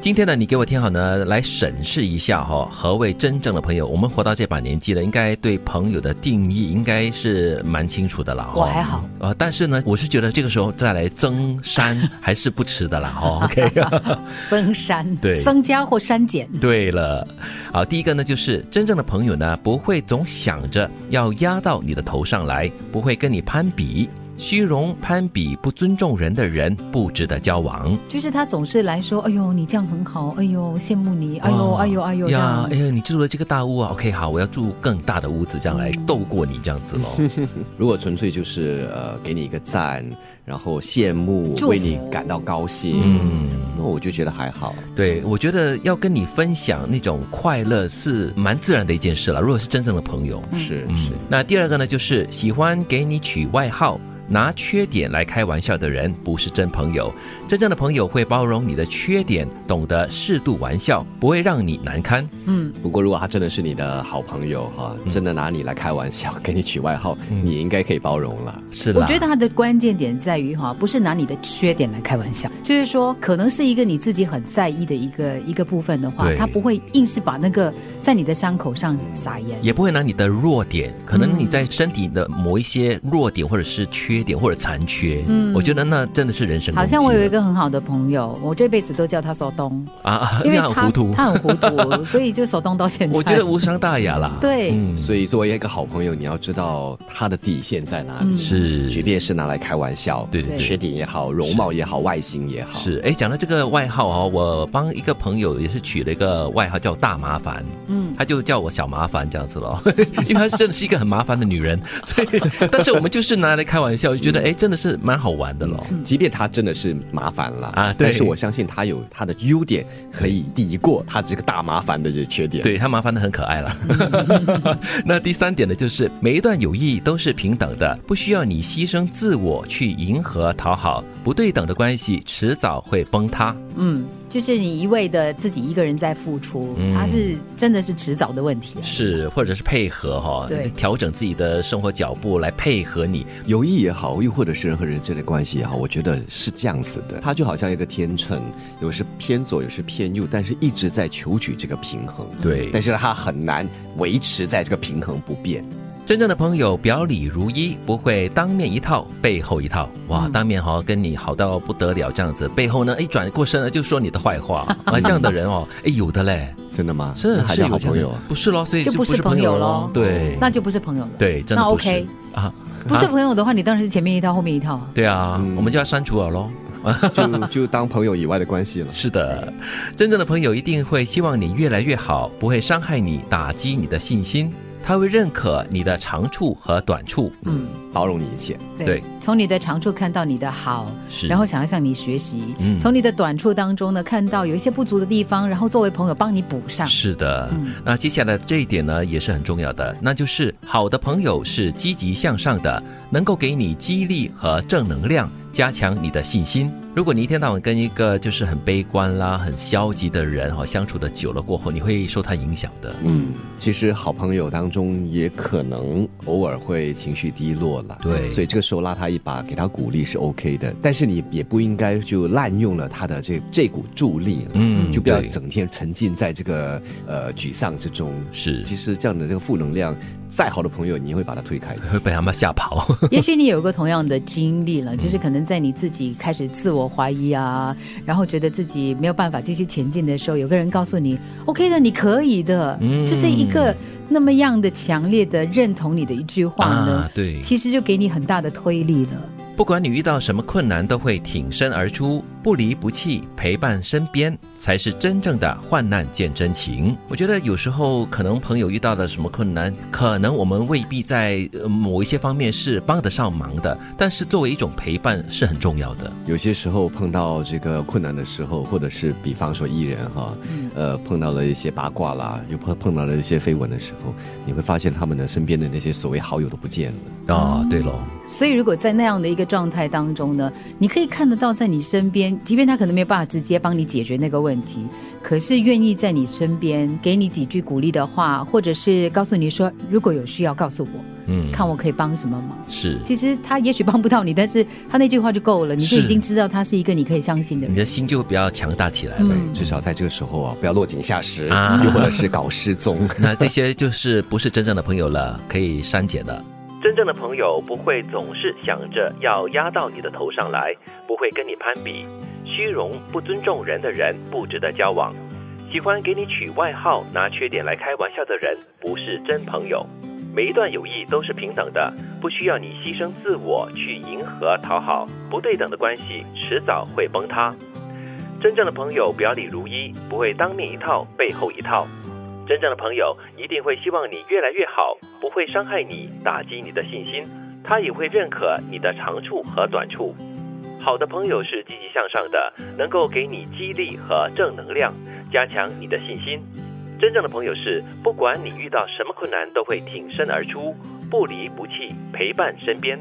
今天呢，你给我听好呢，来审视一下哈、何谓真正的朋友？我们活到这把年纪了，应该对朋友的定义应该是蛮清楚的了、我还好，呃，但是呢，我是觉得这个时候再来增删还是不迟的啦哈、OK， 增删，对增加或删减， 对了，好，第一个呢，就是真正的朋友呢，不会总想着要压到你的头上来，不会跟你攀比。虚荣、攀比、不尊重人的人，不值得交往。就是他总是来说，哎呦，你这样很好，哎呦，羡慕你，哎呦，哇哎呦，哎呦，这呀，样哎。呀，你住了这个大屋啊，OK，好，我要住更大的屋子，这样来斗过你这样子 喽。如果纯粹就是呃给你一个赞，然后羡慕祝，福为你感到高兴，嗯，那我就觉得还好。对，我觉得要跟你分享那种快乐是蛮自然的一件事了。如果是真正的朋友，是嗯是，那第二个呢，就是喜欢给你取外号。拿缺点来开玩笑的人不是真朋友，真正的朋友会包容你的缺点，懂得适度玩笑，不会让你难堪。嗯，不过如果他真的是你的好朋友哈、真的拿你来开玩笑， 给你取外号，嗯你应该可以包容了。是啦，我觉得他的关键点在于哈，不是拿你的缺点来开玩笑，就是说，可能是一个你自己很在意的一个一个部分的话对，他不会硬是把那个在你的伤口上撒盐。也不会拿你的弱点，可能你在身体的某一些弱点或者是缺点或者残缺，嗯，我觉得那真的是人生好像攻我击有一了个很好的朋友，我这辈子都叫他手 东，啊啊，因为那很糊涂，他很糊涂，所以就手动到现 在。我觉得无伤大雅啦。嗯对所以作为一个好朋友，你要知道他的底线在哪嗯里，是即便是拿来开玩笑，对对对缺点也好，容貌也好，外形也好，是，哎，讲到这个外号哦，我帮一个朋友也是取了一个外号叫大麻烦，嗯，他就叫我小麻烦这样子咯， 因为她真的是一个很麻烦的女人，所以，但是我们就是拿来开玩笑，就嗯觉得哎，真的是蛮好玩的咯。即便他真的是麻烦了啊对但是我相信他有他的优点，可以抵过他这个大麻烦的这缺点。，对他麻烦的很可爱了。 那第三点呢，就是每一段友谊都是平等的，不需要你牺牲自我去迎合讨好，不对等的关系迟早会崩塌。嗯，就是你一味的自己一个人在付出，嗯它是真的是迟早的问题啊。是，或者是配合哈、对调整自己的生活脚步来配合你。友谊也好，又或者是人和人之间的关系也好，我觉得是这样子的。它就好像一个天秤，有时偏左，有时偏右，但是一直在求取这个平衡。对但是它很难维持在这个平衡不变。真正的朋友表里如一，不会当面一套背后一套。哇，嗯当面哈、跟你好到不得了这样子，背后呢一哎转过身了就说你的坏话啊，这样的人哦，哎有的嘞，真的吗？是那还是叫有好这样朋的友啊？不是咯，所以就不不是是朋朋友友咯咯。对，那就不是朋友了。对，真的那不是 OK，啊，不是朋友的话，你当然是前面一套，后面一套啊。对啊，嗯我们就要删除了咯。就就当朋友以外的关系了。是的，真正的朋友一定会希望你越来越好，不会伤害你、打击你的信心，他会认可你的长处和短处。嗯，包容你一切。对对，从你的长处看到你的好，是然后想要向你学习嗯，从你的短处当中呢，看到有一些不足的地方，然后作为朋友帮你补上。是的嗯，那接下来这一点呢也是很重要的，那就是好的朋友是积极向上的，能够给你激励和正能量，加强你的信心。如果你一天到晚跟一个就是很悲观啦、很消极的人哈、相处的久了过后，你会受他影响的。嗯，其实好朋友当中也可能偶尔会情绪低落了，对所以这个时候拉他一把，给他鼓励是 OK 的，但是你也不应该就滥用了他的这这股助力了，嗯就不要对整天沉浸在这个呃沮丧之中。是嗯其实这样的这个负能量，再好的朋友你也会把他推开的。会被他们吓跑。 也许你有个同样的经历嗯了，就是可能在你自己开始自我怀疑啊，然后觉得自己没有办法继续前进的时候，有个人告诉你：“OK 的，你可以的。嗯就是一个那么样的强烈的认同你的一句话呢，啊对其实就给你很大的推力了。不管你遇到什么困难，都会挺身而出，不离不弃，陪伴身边，才是真正的患难见真情。我觉得有时候可能朋友遇到了什么困难，可能我们未必在呃某一些方面是帮得上忙的，但是作为一种陪伴是很重要的。有些时候碰到这个困难的时候，或者是比方说艺人哈，嗯呃，碰到了一些八卦啦，又碰碰到了一些绯闻的时候，你会发现他们的身边的那些所谓好友都不见了。哦，对喽，所以，如果在那样的一个状态当中呢，你可以看得到在你身边即便他可能没有办法直接帮你解决那个问题，可是愿意在你身边给你几句鼓励的话，或者是告诉你说，如果有需要告诉我，嗯，看我可以帮什么忙。是其实他也许帮不到你，但是他那句话就够了，你就是已经知道他是一个你可以相信的你人。嗯的心就比较强大起来了。至少在这个时候啊，不要落井下石啊，又或者是搞失踪。那这些就是不是真正的朋友了，可以删减的。真正的朋友不会总是想着要压到你的头上来，不会跟你攀比。虚荣、不尊重人的人不值得交往。喜欢给你取外号、拿缺点来开玩笑的人不是真朋友。每一段友谊都是平等的，不需要你牺牲自我去迎合讨好。不对等的关系迟早会崩塌。真正的朋友表里如一，不会当面一套背后一套。真正的朋友一定会希望你越来越好，不会伤害你、打击你的信心，他也会认可你的长处和短处。好的朋友是积极向上的，能够给你激励和正能量，加强你的信心。真正的朋友是不管你遇到什么困难都会挺身而出，不离不弃，陪伴身边。